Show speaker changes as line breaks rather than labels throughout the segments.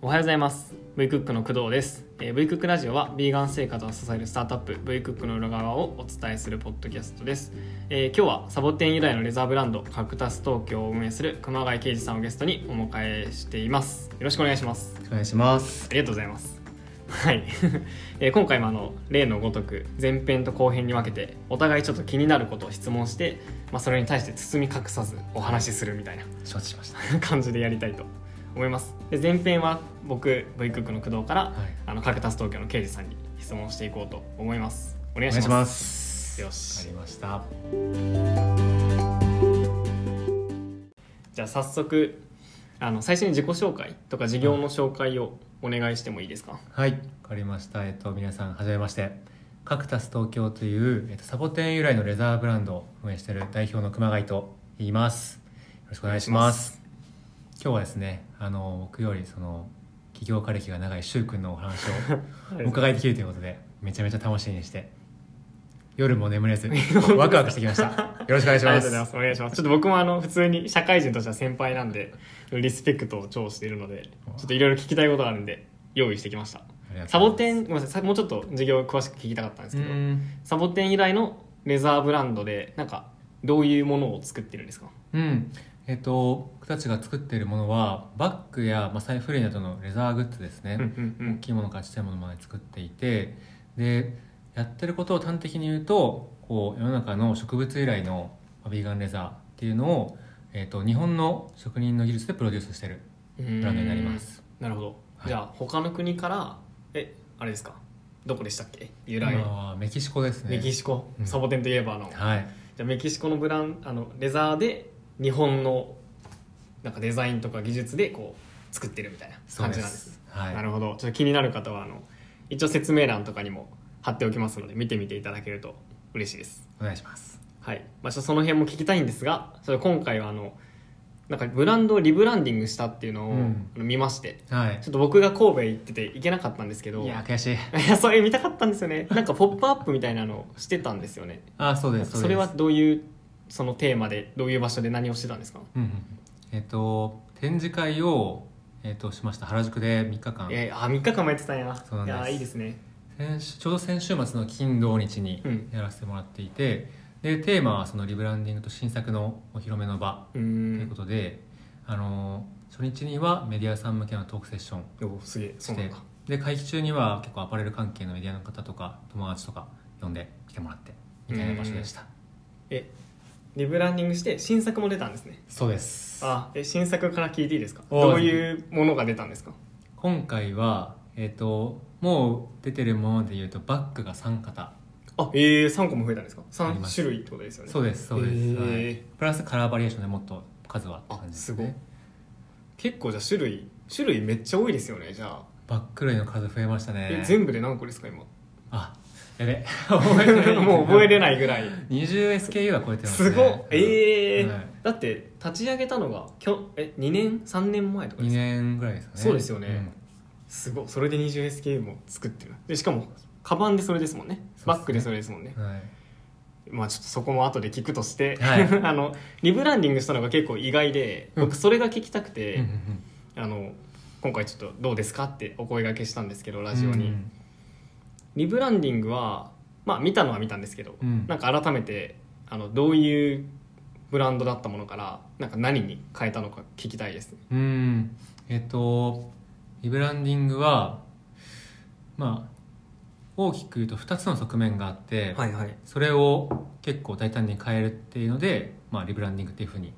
おはようございます V クックの工藤です、えー、V クックラジオはビーガン生活を支えるスタートアップ V クックの裏側をお伝えするポッドキャストです、えー、今日はサボテン由来のレザーブランドカクタス東京を運営する熊谷圭司さんをゲストにお迎えしていますよろしくお願いします
お願いします
ありがとうございますはい、 えー、今回もあの例のごとく前編と後編に分けてお互いちょっと気になることを質問して、まあ、それに対して包み隠さずお話しするみたいな
承知しました
感じでやりたいと思いますで前編は僕 V クックの工藤から、はい、あのカクタス東京の刑事さんに質問していこうと思いますお願いします
よしわかりました
じゃあ早速あの最初に自己紹介とか事業の紹介をお願いしてもいいですか
はいわかりましたえっと皆さんはじめましてカクタス東京という、えっと、サボテン由来のレザーブランドを運営している代表の熊谷と言いますよろしくお願いします今日はですねあの僕よりその起業家歴が長い柊君のお話を お伺いできるということでめちゃめちゃ楽しみにして 夜も眠れずワクワクしてきましたよろしくお願いします
お願いしますちょっと僕もあの普通に社会人としては先輩なんでリスペクトを超しているのでちょっといろいろ聞きたいことがあるんで用意してきましたサボテンごめんなさいもうちょっと授業詳しく聞きたかったんですけどサボテン以来のレザーブランドでなんかどういうものを作ってるんですか
うんえっと、僕たちが作っているものはバッグや、まあ、財布類などのレザーグッズですね、
うんうんうん、
大きいものからちっちゃいものまで作っていてでやってることを端的に言うとこう世の中の植物由来のヴィーガンレザーっていうのを、えっと、日本の職人の技術でプロデュースしてるブランドになります
なるほど、はい、じゃあ他の国からえあれですかどこでしたっけ由来
はメキシコですね
メキシコサボテンといえばの、うん、
はい、
じゃメキシコのブランあのレザーで日本のなんかデザインとか技術でこう作ってるみたいな感じなんです、
はい、
なるほどちょっと気になる方はあの一応説明欄とかにも貼っておきますので見てみていただけると嬉しいです
お願いします
はい、まあ、その辺も聞きたいんですがそれ今回はあのなんかブランドをリブランディングしたっていうのを、うん、見まして、
はい、
ちょっと僕が神戸行ってて行けなかったんですけど
いや悔しい
いやそれ見たかったんですよねなんか「ポップアップみたいなのしてたんですよね
あそうです
それはどういうそのテーマでどういう場所で何をしてたんですか、
うんうん、えっ、ー、と展示会を、えーと、としました原宿で3日間
えー、あ3日間もやってたんやな
そうなん
ですいいですね
ちょうど先週末の金土日にやらせてもらっていて、うん、でテーマはそのリブランディングと新作のお披露目の場ということであの初日にはメディアさん向けのトークセッション
をして
で会期中には結構アパレル関係のメディアの方とか友達とか呼んで来てもらってみたいな場所でした、
えリブランディングして新作も出たんですね
そうです
あえ新作から聞いていいですかどういうものが出たんですか
今回は、えーと、ともう出てるものでいうとバッグが3型
あええー、3個も増えたんですか3種類ってことですよね
そうですそうです、え
ーはい、、
プラスカラーバリエーションでもっと数はって感じです
ね、すごい結構じゃあ種類種類めっちゃ多いですよねじゃあ
バッグ類の数増えましたね
え全部で何個ですか今
あやべ覚え
れ もう覚えれないぐらい、
20SKU は超えてます
ね、すごっええーはい、だって立ち上げたのがきょえ2年3年前とか
です2年ぐらいですかね
そうですよね、うん、すごそれで 20SKU も作ってるでしかもカバンでそれですもんね、ね、バッグでそれですもんね、
はい、
まあちょっとそこも後で聞くとして、はい、 あのリブランディングしたのが結構意外で、うん、僕それが聞きたくて、、
うんうん
あの今回ちょっとどうですかってお声がけしたんですけどラジオに、うんうんリブランディングはまあ見たのは見たんですけど、
うん、
なんか改めてあのどういうブランドだったものからなんか何に変えたのか聞きたいです、ね、
うんえっとリブランディングはまあ大きく言うと2つの側面があって、
はいはい、
それを結構大胆に変えるっていうので、まあ、リブランディングっていうふうに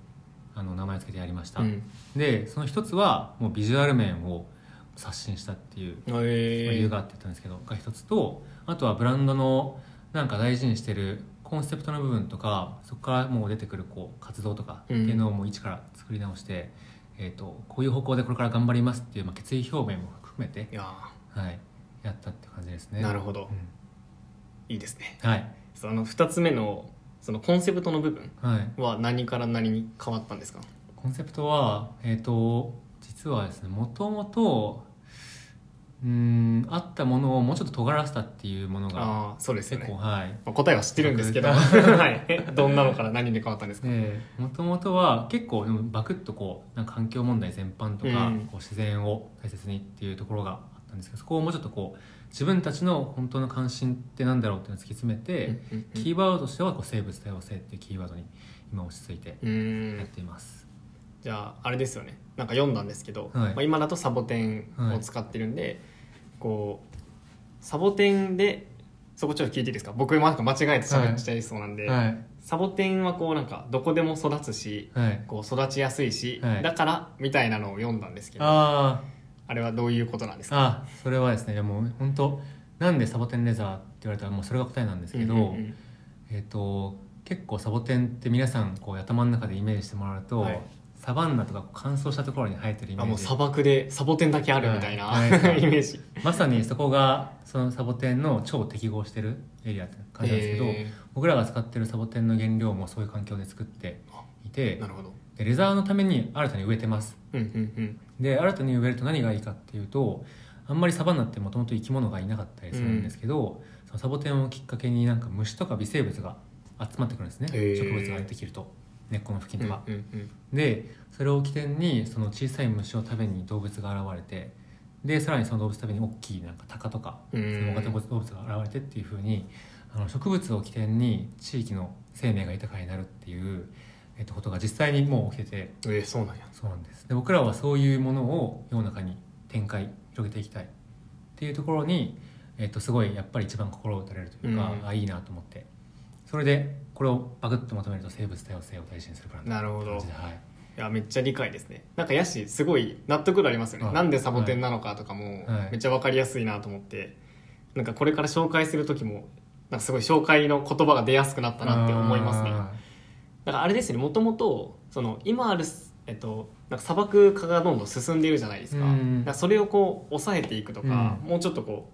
あの名前付けてやりました、
うん、
でその一つはもうビジュアル面を刷新したっていう理由があってたんですけど、が一つとあとはブランドのなんか大事にしてるコンセプトの部分とかそこからもう出てくるこう活動とかっていうのをもう一から作り直して、うん、えーと、とこういう方向でこれから頑張りますっていう、まあ、決意表明も含めて
や,、
はい、やったって感じですね。
なるほど、
うん、
いいですね、
はい、
その2つ目のそのコンセプトの部分は何から何に変わったんですか、
はい、コンセプトは、えーと、と実はですねもともとうんあったものをもうちょっと尖らせたっていうものが
ああそうです
結
よ
構、
ね、
はい
まあ、答えは知ってるんですけど、
よ
はい、えどんなのから何に変わったんですか、
でもともとは結構でもバクッとこうなんか環境問題全般とか、
うん
こう自然を大切にっていうところがあったんですけどそこをもうちょっとこう自分たちの本当の関心ってなんだろうっていうのを突き詰めて、
うん
キーワードとしてはこう生物多様性っていうキーワードに今落ち着いて
うんう
やっ
ん
ています、
じゃああれですよねなんか読んだんですけど、
は
ま
い
あ、今だとサボテンを使ってるんで、こうサボテンでそこちょっと聞いていいですか僕なんか間違えて喋っちゃいそうなんで、
はい
サボテンはこうなんかどこでも育つし
はい
こう育ちやすいし、
はい
だからみたいなのを読んだんですけどあ
あー
れはどういうことなんですか
あそれはですねいやもう本当なんでサボテンレザーって言われたらもうそれが答えなんですけど、
うんうん
えっ、と結構サボテンって皆さんこう頭の中でイメージしてもらうと、
はい
サバンナとかこう乾燥したところに生えて
う
るイ
ん
メ
あも
ー
う
ジ
砂漠でサボテンだけあるみたいな、
はいはい
イメージ
まさにそこがそのサボテンの超適合してるエリアって感じなんですけど、
え
僕らが使ってるサボテンの原料もそういう環境で作っていて
ーなるほど
でレザーのために新たに植えてます
うんうん
で新たに植えると何がいいかっていうとあんまりサバンナってもともと生き物がいなかったりするんですけど、そのサボテンをきっかけになんか虫とか微生物が集まってくるんですね、
へー
植物ができると根っこの付
うん
近とか、
うんうん
でそれを起点にその小さい虫を食べに動物が現れてでさらにその動物食べに大きいなんか鷹とか
うん
その大型動物が現れてっていうふうにあの植物を起点に地域の生命が豊かになるっていう、えっと、ことが実際にもう起きてて
えーそうなんや
そうなんですで僕らはそういうものを世の中に展開広げていきたいっていうところに、えっと、すごいやっぱり一番心を打たれるというか、
うん
あいいなと思ってそれでこれをバクッとまとめると生物多様性を大事にするブランド
なるほど
って感じではい
いやめっちゃ理解ですねなんかヤシすごい納得度ありますよね、
はい
なんでサボテンなのかとかも
はい
めっちゃ分かりやすいなと思って、なんかこれから紹介する時もなんかすごい紹介の言葉が出やすくなったなって思いますね
あ
だからあれですねもともとその今ある、えっと、なんか砂漠化がどんどん進んでいるじゃないですか,、
うん
だからそれをこう抑えていくとか、
う
もうちょっとこ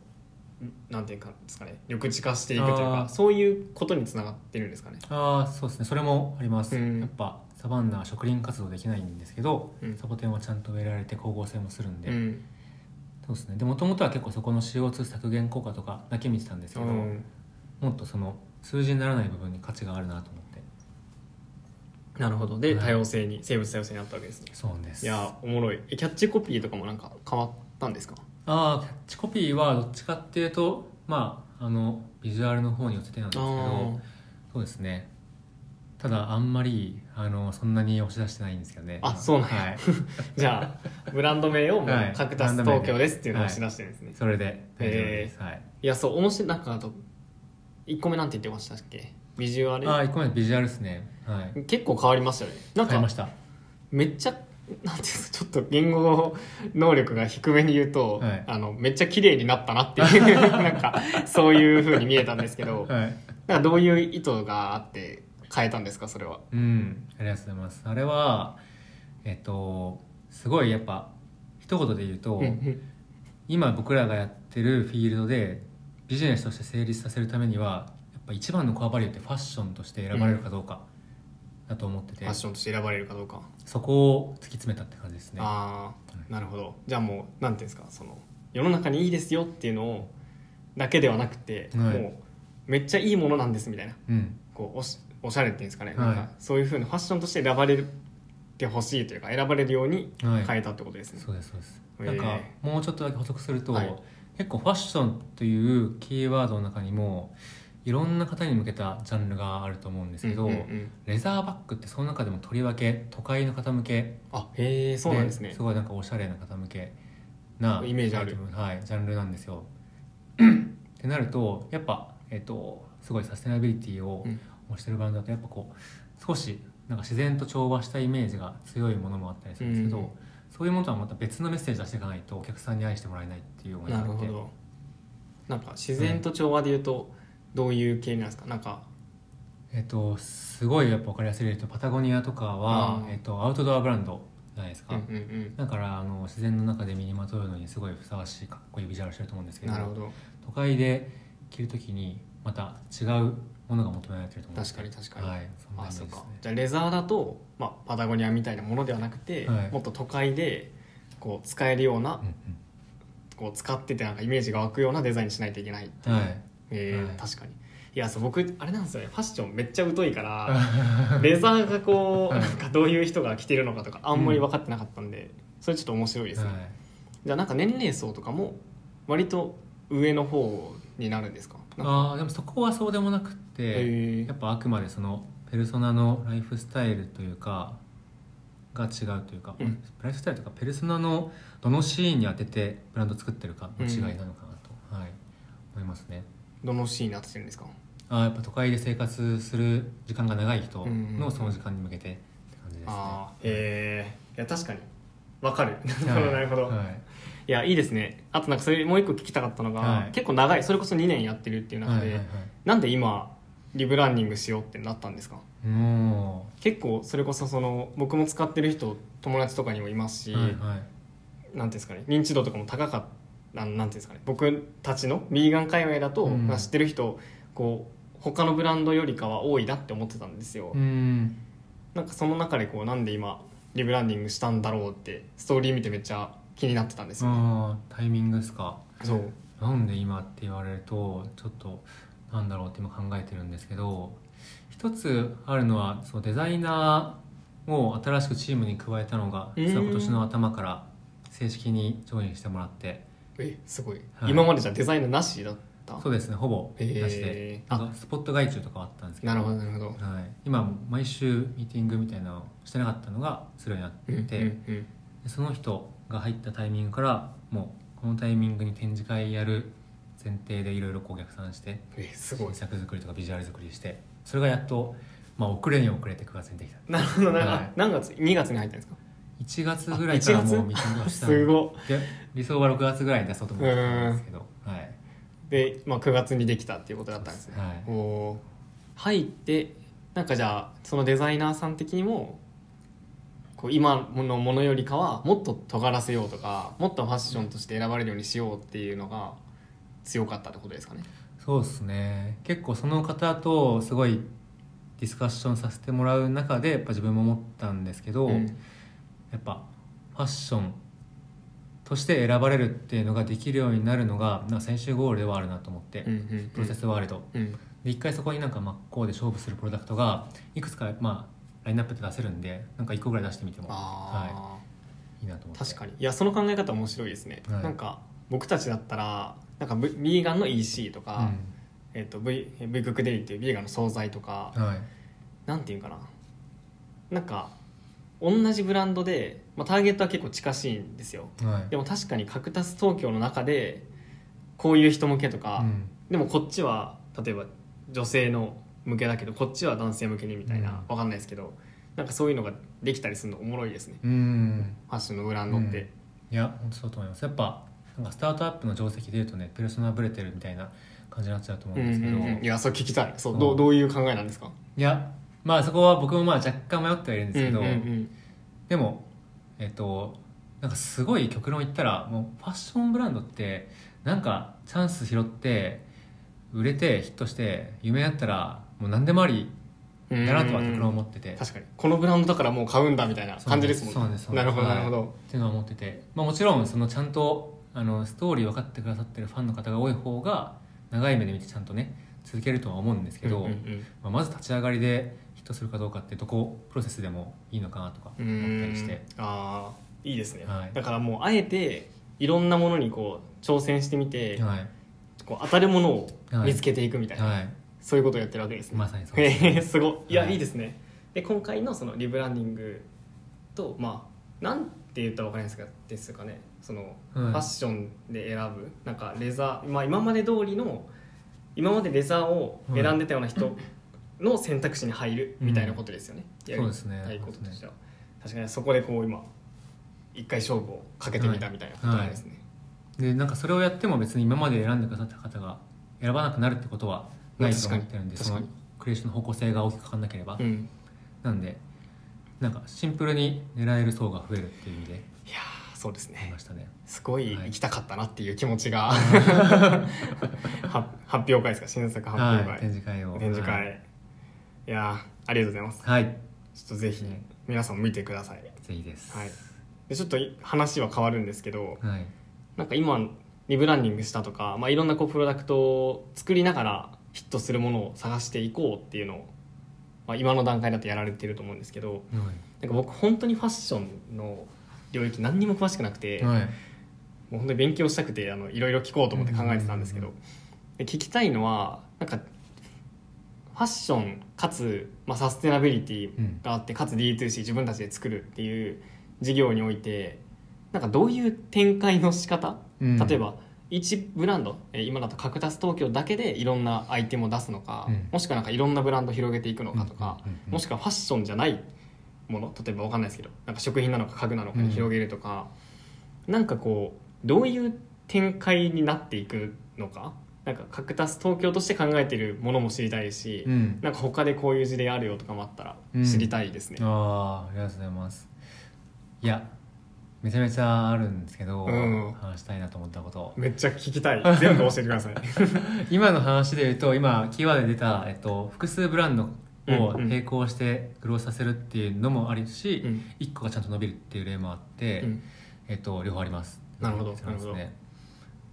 うなんていうかですかね緑地化していくという
あ
か
ー
そういうことにつながってるんですかね
ーあーそうですねそれもあります、
うん
やっぱサバンナは植林活動できないんですけど、
うん
サボテンはちゃんと植えられて光合成もするんで、
うん、
そうですねでもともとは結構そこの CO2 削減効果とかだけ見てたんですけど、
うん
もっとその数字にならない部分に価値があるなと思って
なるほどで、
はい
多様性に生物多様性になったわけですね
そうなんです
いやおもろいえキャッチコピーとかもなんか変わったんですか
ああキャッチコピーはどっちかっていうとまああのビジュアルの方に寄せてなんですけどそうですねただあんまりあのそんなに押し出してないんですよね
あそうなんや
はい、
じゃあブランド名をもう
は
「
い
カクタス東京です」っていうのを押し出してるんですね、い
それで大丈夫です、はい
やそう面白いなんかあと1個目なんて言ってましたっけビジュアル
ああ1個目ビジュアルですねはい
結構変わりましたよねなん
変えま
か
した
めっちゃなんていうんですかちょっと言語能力が低めに言うと、
はい
あのめっちゃ綺麗になったなっていう なんかそういうふうに見えたんですけど、
はい
なんかどういう意図があって変えたんですかそれは
うんありがとうございますあれはえっとすごいやっぱ一言で言うと、
うんうん
今僕らがやってるフィールドでビジネスとして成立させるためにはやっぱ一番のコアバリューってファッションとして選ばれるかどうかだと思ってて、
ファッションとして選ばれるかどうか
そこを突き詰めたって感じですね
あ
は
あなるほどじゃあもうなんていうんですかその世の中にいいですよっていうのをだけではなくて、
はい
もうめっちゃいいものなんですみたいな
うん
こうおしおしゃれっていうんですかね、
はい
なんかそういうふうなファッションとして選ばれてほしいというか選ばれるように
はい
変えたってことですね、
そうですそうです、
へー
なんかもうちょっとだけ補足すると、
はい
結構ファッションというキーワードの中にもいろんな方に向けたジャンルがあると思うんですけど、
うんうんうん
レザーバッグってその中でもとりわけ都会の方向け
あへえそうなんですね
すごいなんかおしゃれな方向けな
イメージある
はい、ジャンルなんですよ ってなるとやっぱ、えっとすごいサステナビリティを
うん
推してるブランドだとやっぱこう少しなんか自然と調和したイメージが強いものもあったりするんですけど、
うん
そういうものとはまた別のメッセージ出していかないとお客さんに愛してもらえないっていう思いがあ
な
って
るほどなんか自然と調和で言うとどういう系なんですかなんか
えっとすごいやっぱ分かりやすい例で言うとパタゴニアとかは
あ、ー
えっとアウトドアブランドじゃないです
う
か、
んうん
だからあの自然の中で身にまとうのにすごいふさわしいかっこいいビジュアルしてると思うんです
う
け
ん
ど
なるほど
都会で着るときにまた違うものが求められてると思うんです
確か
よ
に確かに、
はいそんなイメ
あ
ージ
そう
です
か
ね
じゃあレザーだと、まあ、パタゴニアみたいなものではなくて、
はい
もっと都会でこう使えるような
うんうん
こう使っててなんかイメージが湧くようなデザインにしないといけないっていう、
はい
えー
はい
確かにいやそう僕あれなんですよねファッションめっちゃ疎い からレザーがこう
はい
なんかどういう人が着てるのかとかあんまり分かってなかったんで、それちょっと面白いですね、
はい
じゃあなんか年齢層とかも割と上の方になるんですかなんか
あーでもそこはそうでもなくって
へ
やっぱあくまでそのペルソナのライフスタイルというかが違うというか、
うん
ライフスタイルとかペルソナのどのシーンに当ててブランド作ってるかの違いなのかなと、はい、思いますね
どのシーンになってるんですか
あーやっぱ都会で生活する時間が長い人
うんうんう
の
ん
その時間に向けてって感じですね、
ああへえいや確かにわ かるな
は
いるほどなるほど、
はい
い、やいいですねあとなんかそれもう一個聞きたかったのが、
はい
結構長いそれこそ2年やってるっていう
は
中
い
で、
はいは
なんで今リブランディングしようってなったんですか
いも
結構それこそその僕も使ってる人友達とかにもいますし、
うはいはい
なんていうんですかね認知度とかも高かったなんなんていうんですかね僕たちのヴィーガン界隈だと、
うん
まあ知ってる人こう他のブランドよりかは多いなって思ってたんですよ、
うん
なんかその中でこうなんで今リブランディングしたんだろうってストーリー見てめっちゃ気になってたんですよ、
あータイミングですか
そう
なんで今って言われるとちょっとなんだろうって今考えてるんですけど一つあるのはそのデザイナーを新しくチームに加えたのが
うん
実は今年の頭から正式にジョインしてもらって
えすごい、
はい
今までじゃデザイナーなしだった
そうですねほぼ出して
へー
なんかスポット外注とかはあったんですけど
なるほどなるほど
はい、今毎週ミーティングみたいなのをしてなかったのがするよう
うんう
になっ
ん
て、
うん
でその人が入ったタイミングからもうこのタイミングに展示会やる前提でいろいろこう逆算して
えすごい
新作作りとかビジュアル作りしてそれがやっと、まあ、遅れに遅れて9月にできた
なるほどなるほど、
はい
何月2月に入ったんですか
1月ぐらいから
あ1月
もうミーティングをしたん
すご
で理想は6月ぐらいに出そうと思ってたんですけどはい
で、まあ、9月にできたっていうことだったんですね、
はい
おおー入ってなんかじゃあそのデザイナーさん的にもこう今のものよりかはもっと尖らせようとかもっとファッションとして選ばれるようにしようっていうのが強かったってことですかね
そうですね結構その方とすごいディスカッションさせてもらう中でやっぱ自分も思ったんですけど、
うん
やっぱファッションとして選ばれるっていうのができるようになるのがなんか先週ゴールではあるなと思って、
うんうん
プロセスワールド
うん
で一回そこになんか真っ向で勝負するプロダクトがいくつかまあラインナップって出せるんでなんか一個ぐらい出してみても、は
ああ、
い、いいなと思って
確かにいやその考え方面白いですね、
はい
なんか僕たちだったらなんかビビーガンの EC とか、えっと v, v クックデリっていうビーガンの惣菜とか、
うんはい
なんていうんかななんか同じブランドで、まあ、ターゲットは結構近しいんですよ
はい
でも確かにカクタス東京の中でこういう人向けとか、
うん
でもこっちは例えば女性の向けだけどこっちは男性向けにみたいな、
うん
わかんないですけどなんかそういうのができたりするのおもろいですね
うん
ファッションのブランドって、
いや本当そうだと思いますやっぱなんかスタートアップの定石でいうとねペルソナブレてるみたいな感じになっちゃうと思
う
う
ん
ん
う
ですけど、
んうんいやそう聞きたいそう、
うん
どうどういう考えなんですか
いやまあそこは僕もまあ若干迷ってはいるんですけど、
うんうんうん
でもえっとなんかすごい極論言ったらもうファッションブランドってなんかチャンス拾って売れてヒットして夢だったらもう何でもあり
う
だ
ん
なとは極論思ってて、
確かにこのブランドだからもう買うんだみたいな感じですもんね
そうなんですそう
なん
で
る
す
ほどなるほど、
っていうのは思ってて、まあ、もちろんそのちゃんとあのストーリー分かってくださってるファンの方が多い方が長い目で見てちゃんとね続けるとは思うんですけど、
うんうんうん
まあ、まず立ち上がりでヒットするかどうかってどこプロセスでもいいのかなとか
う
思ったりし
ん
て
あーいいですね、
はい
だからもうあえていろんなものにこう挑戦してみて、
はい、
こう当たるものを見つけていくみたいな、
はい、
そういうことをやってるわけですね
まさにそう
へ
ですね
えすごいいや、、
はいい
いですねで今回のそのリブランディングとまあなんて言ったら分かりますかですかねその、
はい
ファッションで選ぶなんかレザー、まあ、今まで通りの今までレザーを選んでたような人の選択肢に入るみたいなことですよね、
うん
やり
そうですね
たいこととしては、確かにそこでこう今一回勝負をかけてみたみたいなことなんですね、
でなんかそれをやっても別に今まで選んでくださった方が選ばなくなるってことはないと思ってるんで
確
そ
か
の
に
クリエーションの方向性が大きく変わんなければ、
うん
なんでなんかシンプルに狙える層が増えるっていう意味で
いやーそうです
あり
ね
ましたね
すごい
はい
行きたかったなっていう気持ちが、は 発表会ですか新作発
は
表
い
会、
展示会を
展示会、
はい、
い、やーありがとうございます
はい
ちょっとぜひ
ね
皆さんも見てください
ぜひです
はいでちょっとい話は変わるんですけど
はい
なんか今リブランディングしたとか、まあ、いろんなこうプロダクトを作りながらヒットするものを探していこうっていうのを、まあ、今の段階だとやられてると思うんですけどなんか僕本当にファッションの領域何にも詳しくなくて、
はい
もう本当に勉強したくてあのいろいろ聞こうと思って考えてたんですけど、
うん
で聞きたいのはなんかファッションかつ、まあ、サステナビリティがあって、かつ D2C 自分たちで作るっていう事業においてなんかどういう展開の仕方、
うん
例えば1ブランドえー今だとカクタス東京だけでいろんなアイテムを出すのか、
うん
もしくはなんかいろんなブランドを広げていくのかとか、
うんうんうんうん
もしくはファッションじゃないもの例えばわかんないですけどなんか食品なのか家具なのかに広げるとか、なんかこうどういう展開になっていくのかなんかカクタス東京として考えてるものも知りたいし、
うん
なんか他でこういう事例あるよとかもあったら知りたいですね。
ああありがとうございますいやめちゃめちゃあるんですけど、
うん
話したいなと思ったこと
めっちゃ聞きたい全部教えてく ださい
今の話で言うと今キーワードで出た、えっと、複数ブランドを
うんうん
並行してグロースさせるっていうのもあるし、
うん
一1個がちゃんと伸びるっていう例もあって、
うん
えっと、両方あります
なるほど
両方ありますね
なる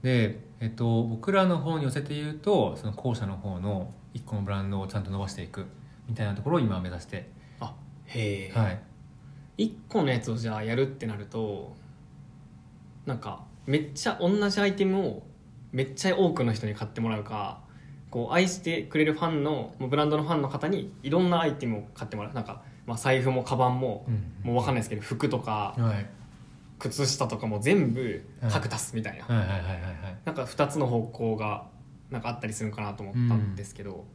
で、えっと、僕らの方に寄せて言うとその後者の方の1個のブランドをちゃんと伸ばしていくみたいなところを今目指して、
あへえ、
はい、
1個のやつをじゃあやるってなるとなんかめっちゃ同じアイテムをめっちゃ多くの人に買ってもらうかこう愛してくれるファンのもうブランドのファンの方にいろんなアイテムを買ってもらうなんか、まあ、財布もカバンも、もう分かんないですけど服とか
はい
靴下とかも全部
はい
カクタスみたいな、
はいはいはいはいはい
なんか2つの方向がなんかあったりするのかなと思ったんですけど、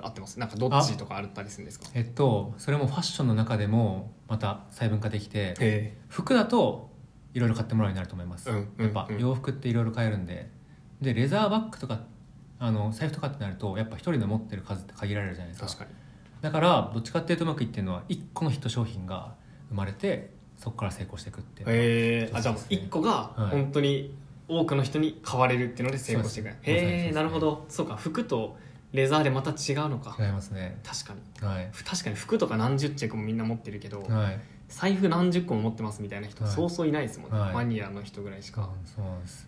合ってますなんかどっちとかあったりするんですか
えっとそれもファッションの中でもまた細分化できて
へ
服だといろいろ買ってもらうようになると思います、
うんうんうん
やっぱ洋服っていろいろ買えるんででレザーバッグとかあの財布とかってなるとやっぱ一人の持ってる数って限られるじゃないですか
確かに
だからどっちかっていうとうまくいってるのは1個のヒット商品が生まれてそこから成功していくっていう、
へえ
そうですね
あじゃあもう1個が
はい
本当に多くの人に買われるっていうので成功していくへ
そうですまさにそう
え
ですね
なるほどそうか服とレザーでまた違うのか
違いますね
確かに
はい、
ふ確かに服とか何十着もみんな持ってるけど
はい、
財布何十個も持ってますみたいな人
はい
そうそういないですもんね
はい
マニアの人ぐらいし
うん
か
そうなんです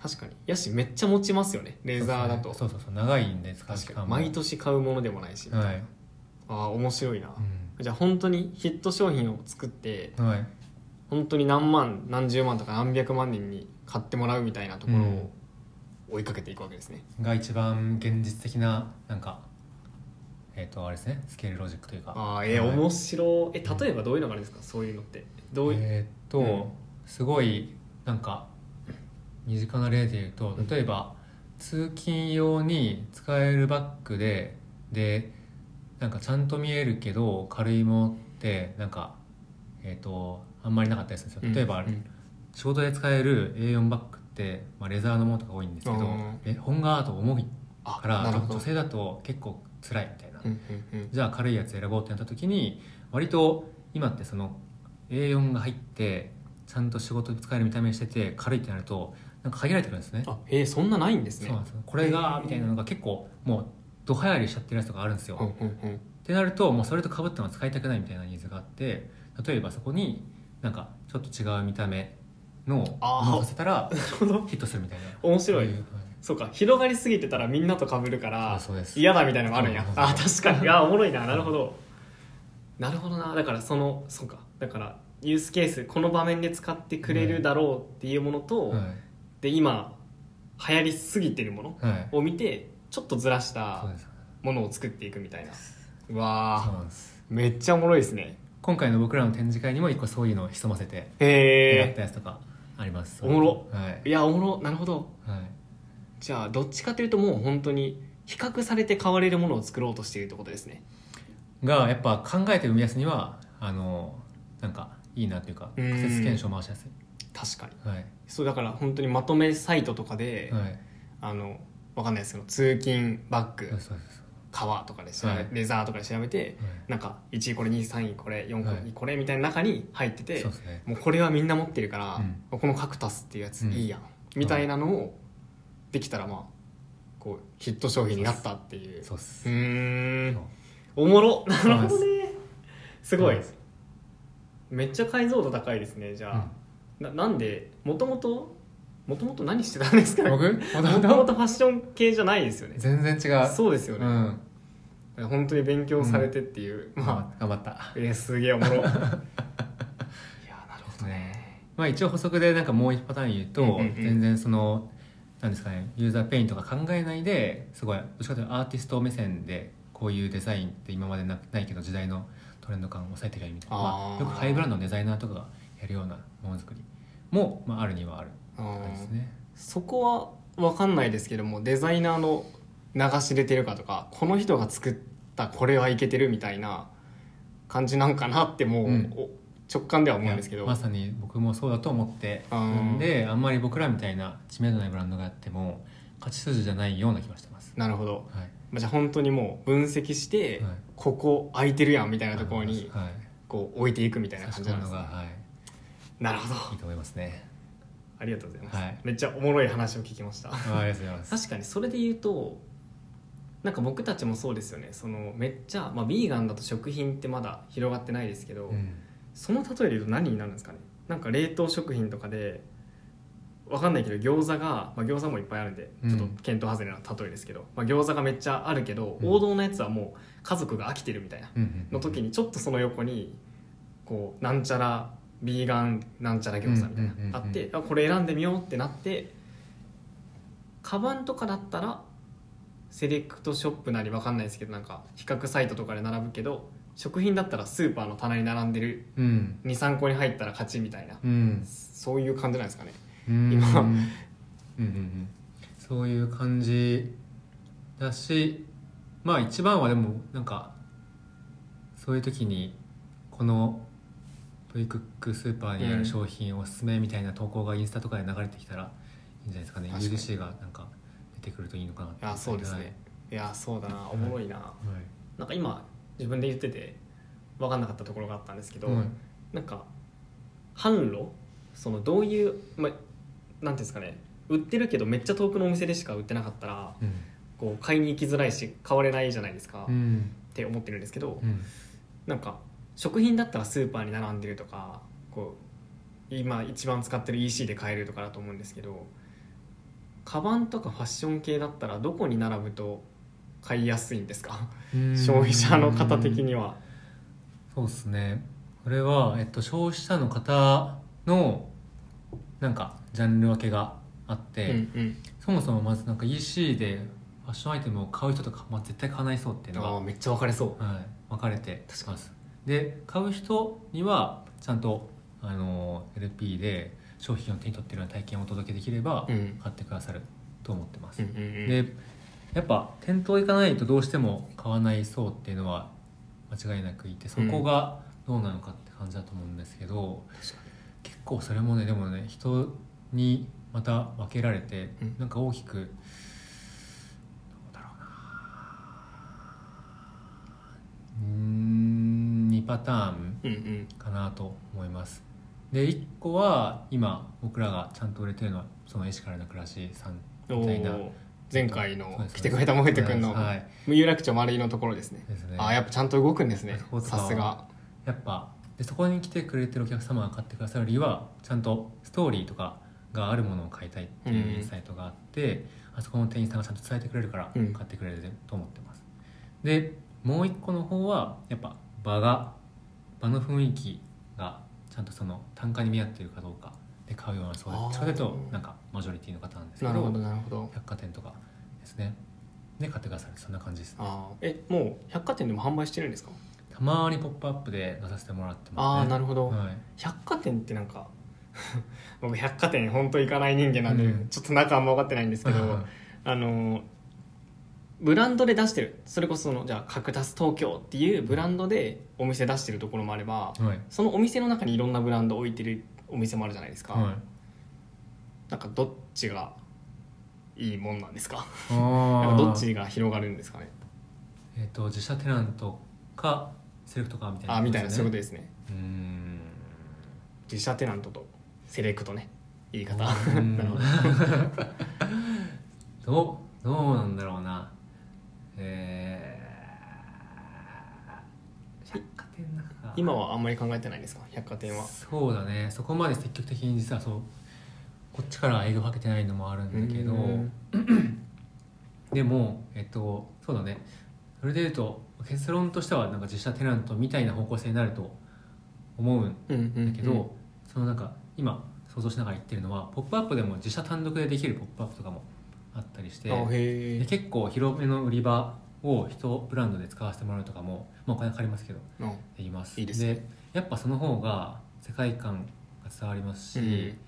確かにやしめっちゃ持ちますよねレザーだと
そうそうそう長いんで使う時
確か
間
に
も
毎年買うものでもないし
はい、
ああ面白いな
う
じゃあ本当にヒット商品を作って
ん、はい
本当に何万何十万とか何百万人に買ってもらうみたいなところを追いかけていくわけですね、
が一番現実的ななんかえっ、とあれですねスケールロジックというか
ああえー
はい
面白いえ例えばどういうのがあるんですかそういうのってどういう、
えーっと、
うん
すごいなんか身近な例で言うと
うん
例えば、通勤用に使えるバッグででなんかちゃんと見えるけど軽いものってなんかえーっとあんまりなかったりするんですよ例えば、
うん
仕事で使える A4 バッグって、まあ、レザーのものとか多いんですけど
うん
え本があと重い
あ
から
なるほど
女性だと結構辛いみたいな
うんうんうん
じゃあ軽いやつ選ぼうってなった時に割と今ってその A4 が入ってちゃんと仕事で使える見た目してて軽いってなるとなんか限られてくるんですね
あえー、そんなないんです
そう
ね
なんですよこれがみたいなのが結構もうド流行りしちゃってるやつとかあるんですよ、
うん
っ
うんうん
てなるともうそれと被ったのは使いたくないみたいなニーズがあって例えばそこになんかちょっと違う見た目のも
あー
のをさせたら
なるほど
ヒットするみたいな
面白い、
そうう
そうか広がりすぎてたらみんなと被るから
はいそうです
嫌だみたいなのもあるんや
そうそう
あ確かにあおもろいななるほどなるほどなだからそのそうかだからユースケースこの場面で使ってくれるだろうっていうものと、
は
で今流行りすぎてるもの
い、はい、
を見てちょっとずらした
そうです
ものを作っていくみたいなう
そう
わ
なんです
ーめっちゃおもろいですね
今回の僕らの展示会にも一個そういうのを潜ませて狙っ
へ
たやつとかあります
おもろ
はい
えいやおもろなるほど
はい
じゃあどっちかというともう本当に比較されて買われるものを作ろうとしているってことですね
がやっぱ考えて生み出すにはあのなんかいいなというか
うん
仮説検証回しやすい
確かに
はい
そうだから本当にまとめサイトとかで、
はい
あのわかんないですけど通勤バッ
そう
グ
そうそう
革とかで調べ、
はい
レザーとかで調べて
そうはい
なんか1位これ2位3位これ4
は
位
い
これみたいな中に入ってて、
そうですね
もうこれはみんな持ってるから、このカクタスっていうやつ
うん
いいやん、みたいなのをできたらまあこうヒット商品になったっていう
そううっす
ーん
そう
おもろな
う
るほどね すごい
そう
めっちゃ解像度高いですねじゃあ、ななんでもともともともと何してたんですかね
僕
もともとファッション系じゃないですよね
全然違う
そうですよね、
ん
本当に勉強されてっていう、まあ
頑張った
えー、すげえおもろ いやなるほど
ねまあ一応補足でなんかもう一パターン言うと、
うんうんうん
全然そのなんですかねユーザーペインとか考えないですごいどっちかというとアーティスト目線でこういうデザインって今までなないけど時代のトレンド感を抑えてるよみたいな
あー
まあ、よくハイブランドのデザイナーとかがやるようなものづくりも、まあ、あるにはある
あ
感じです
ー
ね。
そこは分かんないですけどもデザイナーの流し出てるかとかこの人が作ったこれはいけてるみたいな感じなんかなってもう、
うん
お直感では思うんですけ
い
ど、
やまさに僕もそうだと思って
あー
るんであんまり僕らみたいな知名度ないブランドがあっても勝ち筋じゃないような気がしてます。
なるほど
はい
まあじゃあ本当にもう分析して、
はい
ここ空いてるやんみたいなところに
はい、
こう置いていくみたいな
差し
感じな
込
ん
む
で
の
す
が、
ね
はい、
なるほど
いいと思いますね。
ありがとうございます、
はい
めっちゃおもろい話を聞きました
ありがとうございます。
確かにそれで言うとなんか僕たちもそうですよねそのめっちゃ、まあ、ビーガンだと食品ってまだ広がってないですけど、
うん
その例えで言うと何になるんですかねなんか冷凍食品とかでわかんないけど餃子が、まあ、餃子もいっぱいあるんで
うん
ちょっと見当外れな例えですけど、まあ、餃子がめっちゃあるけど
うん
王道のやつはもう家族が飽きてるみたいな
うんうん
の時にちょっとその横にこうなんちゃらビーガンなんちゃら餃子みたいな
うんうんうんうん
あってあこれ選んでみようってなってカバンとかだったらセレクトショップなりわかんないですけどなんか比較サイトとかで並ぶけど食品だったらスーパーの棚に並んでる
うん
23個に入ったら勝ちみたいな
うん
そういう感じなんですかね
うん
今
うんうんうんそういう感じだしまあ一番はでもなんかそういう時にこのトイクックスーパーにあ
うん
る商品おすすめみたいな投稿がインスタとかで流れてきたらいいんじゃないですかね
確かに
UGC がなんか出てくるといいのかなって
いやそうですね、いやそうだなおもろいな
はい
なんか今自分で言ってて分かんなかったところがあったんですけど、
はい
なんか販路そのどういう、まあ、なんていうんですかね売ってるけどめっちゃ遠くのお店でしか売ってなかったら
うん
こう買いに行きづらいし買われないじゃないですか、
う
っ
ん
て思ってるんですけど、
うん
なんか食品だったらスーパーに並んでるとかこう今一番使ってる EC で買えるとかだと思うんですけどカバンとかファッション系だったらどこに並ぶと買いやすいんですか
うん
消費者の方的には。
そうですねこれは、えっと、消費者の方のなんかジャンル分けがあっ
う
て、
んうん、
そもそもまずなんか EC でファッションアイテムを買う人とか、まあ、絶対買わないそうっていうのが、
あーめっちゃ分かれそう。
はい、分かれて
確かに
ますで買う人にはちゃんとあの LP で商品を手に取ってるような体験をお届けできれば、
うん
買ってくださると思ってます、
うんうんうん
でやっぱ店頭行かないとどうしても買わない層っていうのは間違いなくいてそこがどうなのかって感じだと思うんですけど、
確か
結構それもねでもね人にまた分けられて、
うん
なんか大きくどうだろうなうーん2パターン
にうんうん
かなと思いますで1個は今僕らがちゃんと売れてるのはそのエシカルな暮らしさん
お
みたいな
ー前回
そう
の
です
来てくれた萌えてくんの
はい
有楽町丸井のところですね
ですね
ああやっぱちゃんと動くんですね
そうそう
さすが
やっぱでそこに来てくれてるお客様が買ってくださる理由はちゃんとストーリーとかがあるものを買いたいって
うん
いうインサイトがあって、あそこの店員さんがちゃんと伝えてくれるから
うん
買ってくれると思ってます、でもう一個の方はやっぱ場が場の雰囲気がちゃんとその単価に見合ってるかどうかで買うようなそうで
あー
それとなんかマジョリティの方なんですけ
な
ど
るほどなるほど
百貨店とかですねで買ってくださるそんな感じですね
あーえもう百貨店でも販売してるんですか
たまに「ポップアップで出させてもらってま
ああ
すね
なるほど、
はい
百貨店ってなんか 僕百貨店本当行かない人間なんで、
うん
ちょっと中あんま分かってないんですけど、
はいはい
あのーブランドで出してるそれこそそのじゃあカクタス東京っていうブランドでお店出してるところもあれば、
はい
そのお店の中にいろんなブランド置いてるお店もあるじゃないですか、
はい、
なんかどっちがいいもんなんですか なんか
あー
どっちが広がるんですかね
えっ、と自社テナントかセレクトかみたいな、
あみたいなそういうこと
で
ですね
すねうーん
自社テナントとセレクトね言い方
うー ん
なるほど
どうどうなんだろうなえー、百貨店の中か
今はあんまり考えてないですか百貨店は
そうだねそこまで積極的に実はそうこっちからは営業かけてないのもあるんだけど、
うん
でもえっとそうだねそれでいうと結論としてはなんか実写テナントみたいな方向性になると思うん
うんうんうん
だけど、そのなんか今想像しながら言ってるのは「ポップアップでも自社単独でできる「ポップアップとかもあったりして
あへ
で
え
結構広めの売り場を一ブランドで使わせてもらうとかも、まあ、お金かかりますけど
うん
できます
いいですね
やっぱその方が世界観が伝わりますし、
うん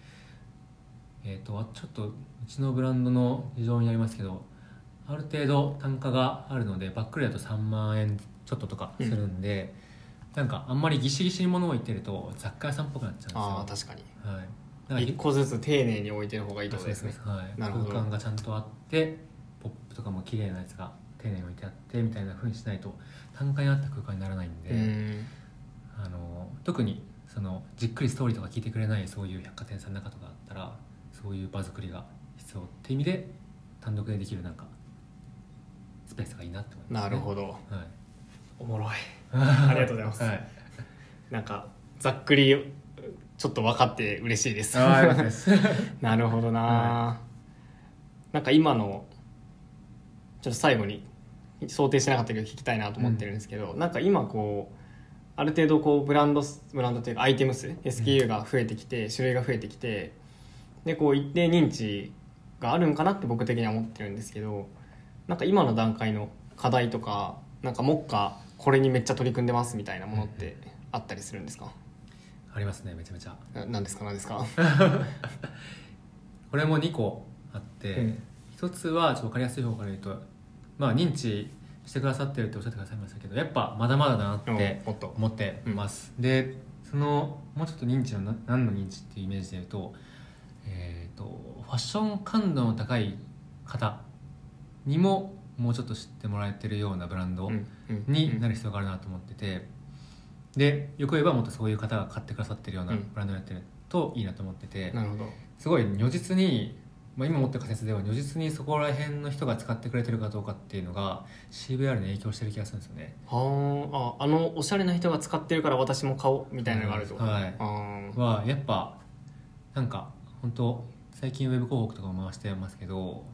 えー、とあちょっとうちのブランドの事情になりますけどある程度単価があるのでバックルだと3万円ちょっととかするんで、なんかあんまりギシギシに物を置いてると雑貨屋さんっぽくなっちゃう
あ
ん
あ
です
確かに
よ。はい、だから
一個ずつ丁寧に置いてる方がいいってことですね
そうはい、
なるほど
空間がちゃんとあってポップとかも綺麗なやつが丁寧に置いてあってみたいなふうにしないと単価に合った空間にならないんで。
うん
あの特にそのじっくりストーリーとか聞いてくれないそういう百貨店さんの中とかだったらそういう場作りが必要って意味で単独でできるなんかスペースがいいなって思います、
なるほど
ど、はい、
おもろい
あ
りがとうございます
はい、
なんかざっくりちょっと分かって嬉しいです
あーよかったです
なるほどな、
は
なんか今のちょっと最後に想定してなかったけど聞きたいなと思ってるんですけど、なんか今こうある程度こうブランド数ブランドというかアイテム数 SKU が増えてきて、種類が増えてきてでこう一定認知があるんかなって僕的には思ってるんですけどなんか今の段階の課題とかなんか目下これにめっちゃ取り組んでますみたいなものってあったりするんですか、
ありますねめちゃめちゃ
ななんですかなんですか
これも2個あって、
うん
一つはちょっと分かりやすい方から言うとまあ認知してくださってるっておっしゃってくださいましたけどやっぱまだまだだなって、
もっと
思ってます、でそのもうちょっと認知のな何の認知っていうイメージで言うと,、えー、とファッション感度の高い方にももうちょっと知ってもらえてるようなブランドになる必要があるなと思ってて、でよく言えばもっとそういう方が買ってくださってるような
うん
ブランドになってるといいなと思ってて、
なるほど
すごい如実に、まあ、今持ってる仮説では如実にそこら辺の人が使ってくれてるかどうかっていうのが CVR に影響してる気がするんですよね。
はあああのおしゃれな人が使ってるから私も買おうみたいなのがあるってこと、
はい
あー
はやっぱなんか本当最近ウェブ広告とかも回してますけど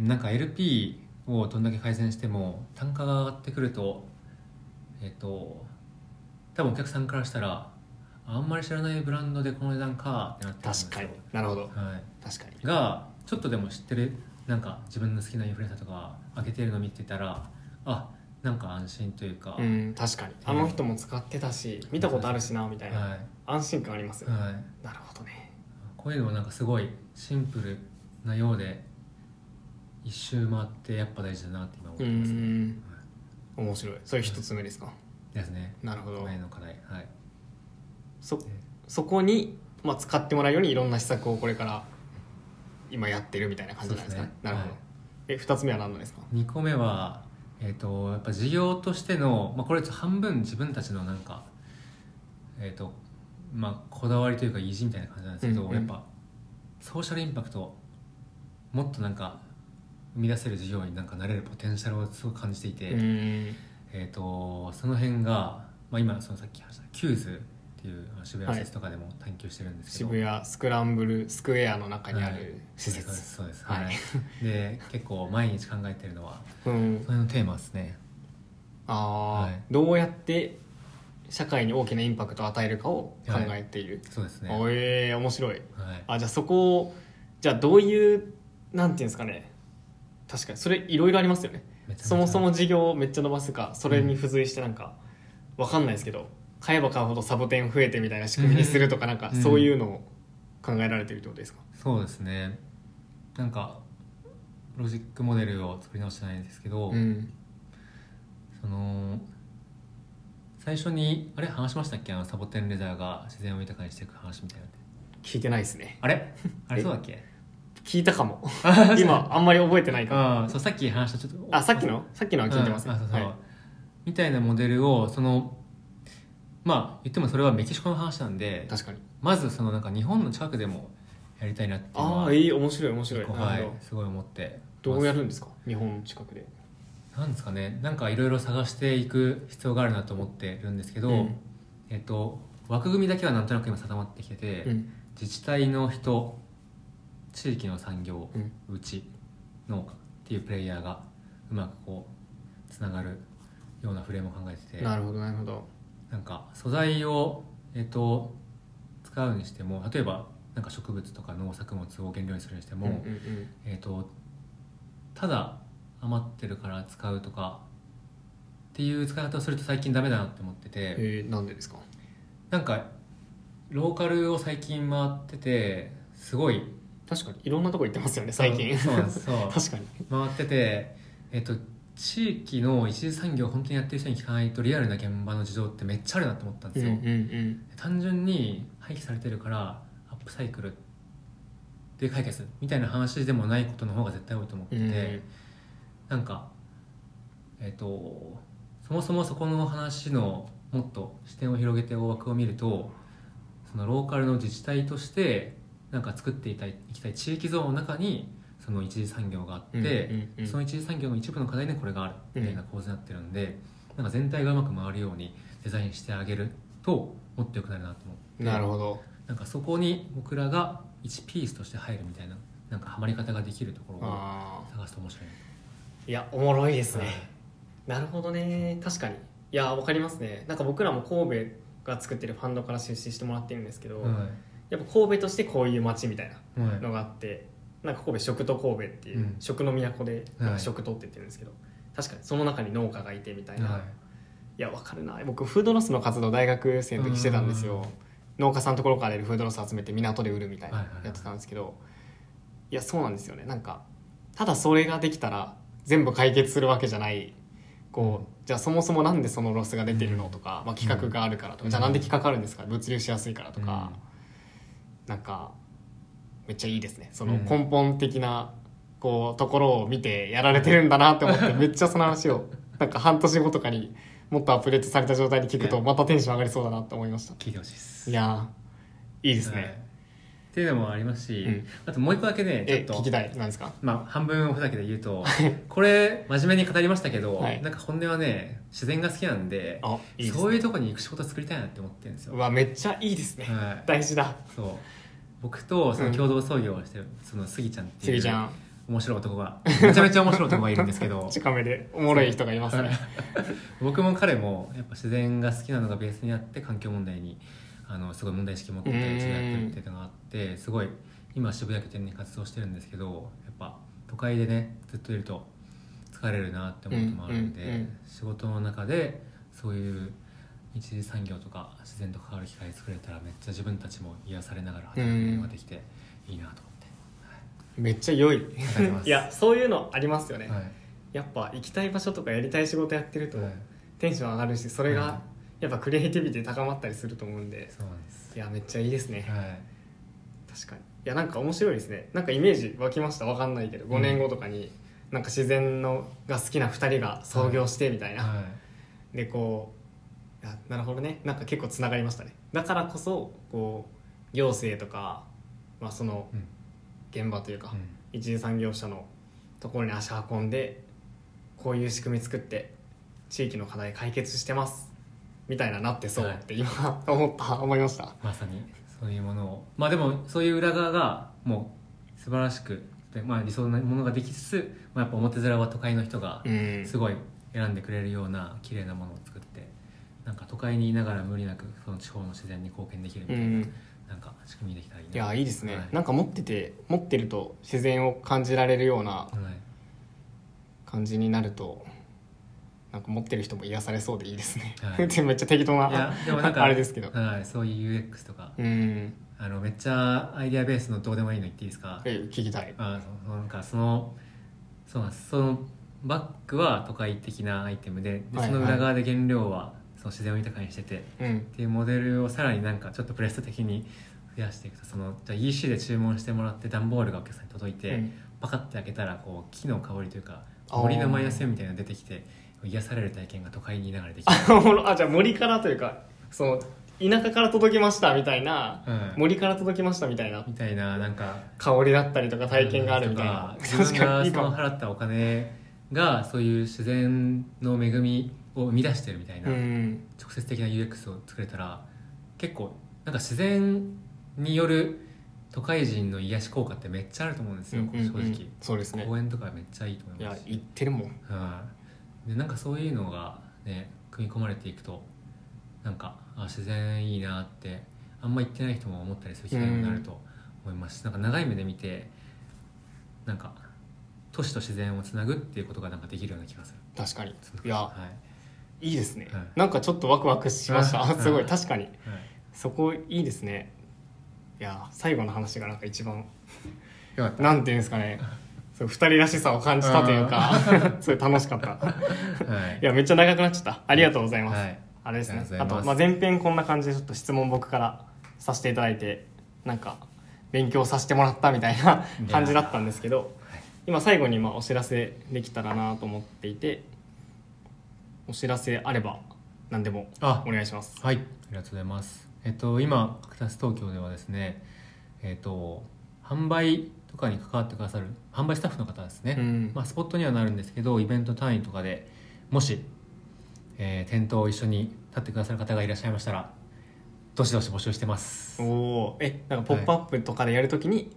なんか LP をどんだけ改善しても単価が上がってくるとえっと多分お客さんからしたらあんまり知らないブランドでこの値段かってなってるんです
確
よ
かになるほど
はい、
確かに
がちょっとでも知ってるなんか自分の好きなインフルエンサーとか開けてるの見てたらあなんか安心というか、
うん確かにあの人も使ってたし見たことあるしなみたいな、
は
安心感あります
い、
よね、
はい、
なるほどね
こういうのもなんかすごいシンプルなようで一周回ってやっぱ大事だなって今思っ
う
てますね、
ん面白いそれ一つ目ですか、
ですね
なるほど
前の課題はい
そそこに、まあ、使ってもらうようにいろんな施策をこれから今やってるみたいな感じなんですかね
そうですね
なるほど、
はい
え二つ目は何なんですか
2個目はえっ、とやっぱ事業としての、まあ、これちょっと半分自分たちのなんかえっ、とまあこだわりというか意地みたいな感じなんですけど、
うんうん
やっぱソーシャルインパクトもっとなんか生み出せる事業になんかなれるポテンシャルをすごく感じていて、
うん
えー、とその辺が、まあ、今そのさっき話したキューズっていうあの渋谷施設とかでも探求してるんですけど、
渋谷スクランブルスクエアの中にあ
はい
る施設、
そうですそうです
はい
はい、で結構毎日考えてるのは
うん
それのテーマですね
ああ、
はい
どうやって社会に大きなインパクトを与えるかを考えている、
そうですね
おえー面白い
はい
あじゃあそこをじゃあどういうなんていうんですかね確かにそれいろいろありますよね
めちゃめちゃ
そもそも事業をめっちゃ伸ばすかそれに付随してなんか、わかんないですけど買えば買うほどサボテン増えてみたいな仕組みにするとかなんか
うん
そういうのを考えられてるってことですか、
そうですねなんかロジックモデルを作り直してないんですけど、
うん
その最初にあれ話しましたっけあのサボテンレザーが自然を豊かにしていく話みたいな
聞いてないですね
あれあれそうだっけ
聞いたかも今あんまり覚えてないかも
ああそうさっき話したちょっと
あさっきのさっきのは聞いてますよ、
うんあそうそう
はい
みたいなモデルをそのまあ言ってもそれはメキシコの話なんで
確かに
まずそのなんか日本の近くでもやりたいなっていうの
あ
は
あいい面白い面白い、な
は
るほ
い、すごい思って
どどうや
る
るんですか日本近くで
なんですかねなんかいろいろ探していく必要があるなと思ってるんですけど、
うん
えっと枠組みだけはなんとなく今定まってきてて、
うん
自治体の人地域の産業うち農家っていうプレイヤーがうまくこうつながるようなフレームを考えてて
なるほどなるほど
なんか素材を、えっと、使うにしても例えばなんか植物とか農作物を原料にするにしても、
んんん
えっと、ただ余ってるから使うとかっていう使い方をすると最近ダメだなって思ってて。
えー、なんでですか
なんかローカルを最近回っててすごい
確かにいろんなとこ行ってますよね最近
そうなんですそ う
確かに
回っててえっと地域の一次産業を本当にやってる人に聞かないとリアルな現場の事情ってめっちゃあるなと思ったんですよ、
ん
単純に廃棄されてるからアップサイクルで解決みたいな話でもないことの方が絶対多いと思ってて、なんかえっとそもそもそこの話のもっと視点を広げて大枠を見るとそのローカルの自治体としてなんか作っていたいきたい地域ゾーンの中にその一次産業があって、その一次産業の一部の課題でこれがあるみたいな構図になってるんで、なんか全体がうまく回るようにデザインしてあげるともっと良くなるなと思って
なるほど
なんかそこに僕らが1ピースとして入るみたいななんかハマり方ができるところを
あ
探すと面白い
ーいやおもろいですね、
はい
なるほどね確かにいやわかりますねなんか僕らも神戸が作ってるファンドから出資してもらってるんですけど、
は
やっぱ神戸としてこういう街みたいない
はい
のがあってなんか神戸食と神戸っていう、
うん
食の都で
はい
なんか食とって言ってるんですけど、確かにその中に農家がいてみたいな、
はい
い、やわかるな僕フードロスの活動大学生の時してたんです
うん
よ農家さんのところから出るフードロス集めて港で売るみたい
はい
な
はいはい
やってたんですけど、いやそうなんですよねなんかただそれができたら全部解決するわけじゃないこうじゃあそもそもなんでそのロスが出てるのとか、まあ、企画があるからとか、
うん
じゃあなんで企画あるんですか物流しやすいからとか、
うん
なんかめっちゃいいですねそうの
ん
根本的なこうところを見てやられてるんだなって思って めっちゃその話をなんか半年後とかにもっとアップデートされた状態で聞くと
ね
またテンション上がりそうだなって思いました
聞いてほしいです
いやーいいです
はい
ね、
っていうのもありますし、
うん
あともう一個だけねちょっ
え
と
聞きたいなんですか
まあ、半分おふざけで言 うとこれ真面目に語りましたけど、
はい
なんか本音はね自然が好きなんで
あいいです
そう
ね
いうとこに行く仕事作りたいなって思ってるんですよ、
うわめっちゃいいですね、
はい
大事だ
そう僕とその共同創業をしてる、そのスギちゃんって
次
いう
ちゃん
面白い男がめちゃめちゃ面白い男がいるんですけ ど
近めでおもろい人がいますね
僕も彼もやっぱ自然が好きなのがベースにあって環境問題にあのすごい問題意識持ってうちでやってるっていうのがあってすごい今渋谷拠点に活動してるんですけどやっぱ都会でねずっといると疲れるなって思うこともあるんで、
うんうんうん
仕事の中でそういう一次産業とか自然と関わる機会作れたらめっちゃ自分たちも癒されながら働くことができていいなと思って
めっちゃ良い
ありがとうございます
いやそういうのありますよね、
はい
やっぱ行きたい場所とかやりたい仕事やってると、
はい
テンション上がるしそれ
は
がやっぱクリエイティビティ高まったりすると思うんで
そうなんです
いやめっちゃいいですね、
はい
確かにいやなんか面白いですねなんかイメージ湧きましたわかんないけど
ん
5年後とかに、なんか自然のが好きな2人が創業してみたいな、
は
でこういやなるほどねなんか結構つながりましたねだからこそこう行政とか、まあ、その
いうん
現場というか、
うん
一次産業者のところに足運んでこういう仕組み作って地域の課題解決してますみたいななってそうって今思った、思いました
まさにそういうものをまあでもそういう裏側がもう素晴らしくで、まあ、理想なものができつつ、まあ、やっぱ表面は都会の人が
うん
すごい選んでくれるような綺麗なものを作ってなんか都会にいながら無理なくその地方の自然に貢献できるみ
う
たいな,、
ん
なんか仕組みできたらいいない
やいいですね、
はい
なんか持ってて持ってると自然を感じられるような
はい
感じになるとなんか持ってる人も癒されそうでいいですね、
はい
めっちゃ適当
いや
な
でもなん か
あれですけど
はい、そういう UX とか、
うん
あのめっちゃアイデアベースのどうでもいいの言っていいですか、
え聞きたい
あそのなんかそのそうなんですそのバッグは都会的なアイテムでで
はい
その裏側で原料はその自然を豊かにしてて、
うん
っていうモデルをさらになんかちょっとプレスト的に増やしていくとそのじゃあ EC で注文してもらって段ボールがお客さんに届いて、
うん
パカッて開けたらこう木の香りというか
あー
森のマイナスみたいなのが出てきて癒される体験が都会にいながら できる、
おもろあじゃあ森からというかその田舎から届きましたみたいな、
うん
森から届きましたみたいな
みたいななんか
香りだったりとか体験があるみたい な、
うんとか自
確
分
か
が
にいい
そ
か
の
も
払ったお金がそういう自然の恵みを生み出してるみたいな、
うん
直接的な UX を作れたら結構なんか自然による都会人の癒し効果ってめっちゃあると思うんですよ、
うんうんうん
正直
そうですね
公園とかめっちゃいいと思
い
いま
や
すし
行ってるもん
はいでなんかそういうのがね組み込まれていくとなんかあ自然いいなってあんま行ってない人も思ったりする機会になると思いますし、なんか長い目で見てなんか都市と自然をつなぐっていうことがなんかできるような気がする
確かに
その
いや
はい
いいですね、
はい
なんかちょっとワクワクしました、
はい
すご
はい
い確かに
はい、
そこいいですねいや最後の話がなんか一番
よかった
なんていうんですかねそう二人らしさを感じたというか すごい楽しかった
はい
いやめっちゃ長くなっちゃったありがとうございます、
はい
あれです
あ
ね
りがとう
あ
ございます
と、まあ、前編こんな感じでちょっと質問僕からさせていただいてなんか勉強させてもらったみたい な感じだったんですけど
はい
今最後にまあお知らせできたらなと思っていてお知らせあれば何でも
あ
お願いします
はい、ありがとうございます。えっと今カクタス東京ではですね、えっと販売とかに関わってくださる販売スタッフの方ですね。
うん
まあスポットにはなるんですけど、イベント単位とかでもし、えー店頭を一緒に立ってくださる方がいらっしゃいましたら、どしどし募集してます。
おおーえなんか「ポップアップとかでやるときに、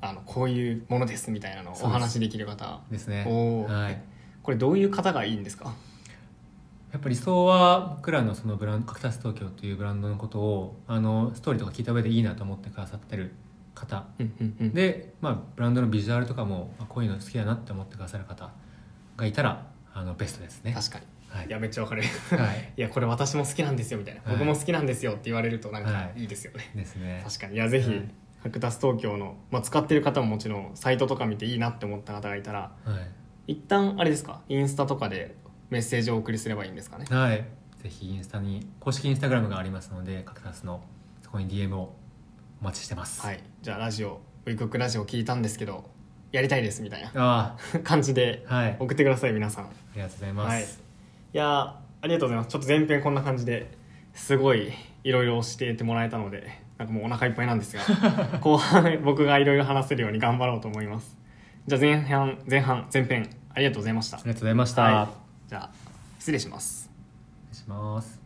あのこういうものですみたいなのをお話しできる方
ですね。
おー
はい。
これどういう方がいいんですか
やっぱ理想は僕らのそのブランドカクタス東京というブランドのことをあのストーリーとか聞いた上でいいなと思ってくださってる方
うんうんうん
で、まあ、ブランドのビジュアルとかもあこういうの好きだなって思ってくださる方がいたらあのベストですね。
確かに
はい
いやめっちゃわかる
はい、
いやこれ私も好きなんですよみたいな、
はい
僕も好きなんですよって言われるとなん
は
か
い
いいですよね、
ですね。
確かにいやぜひ、
はい
ハクタス東京の、まあ、使ってる方ももちろんサイトとか見ていいなって思った方がいたら
はい、
一旦あれですかインスタとかでメッセージをお送りすればいいんですかね
はい、ぜひインスタに公式インスタグラムがありますのでカクタスのそこに DM をお待ちしてます。
はいじゃあラジオウィクックラジオ聞いたんですけどやりたいですみたいな
あ
感じで
あはいあ
送ってください皆さん
りがとうございま
はいい
す。
やーありがとうございますちょっと前編こんな感じですごいいろいろ教えてもらえたのでなんかもうお腹いっぱいなん ですが後半僕がいろいろ話せるように頑張ろうと思いますじゃあ前半前半前編ありがとうございました
ありがとうございました。
はいじゃあ失礼します
お願いします。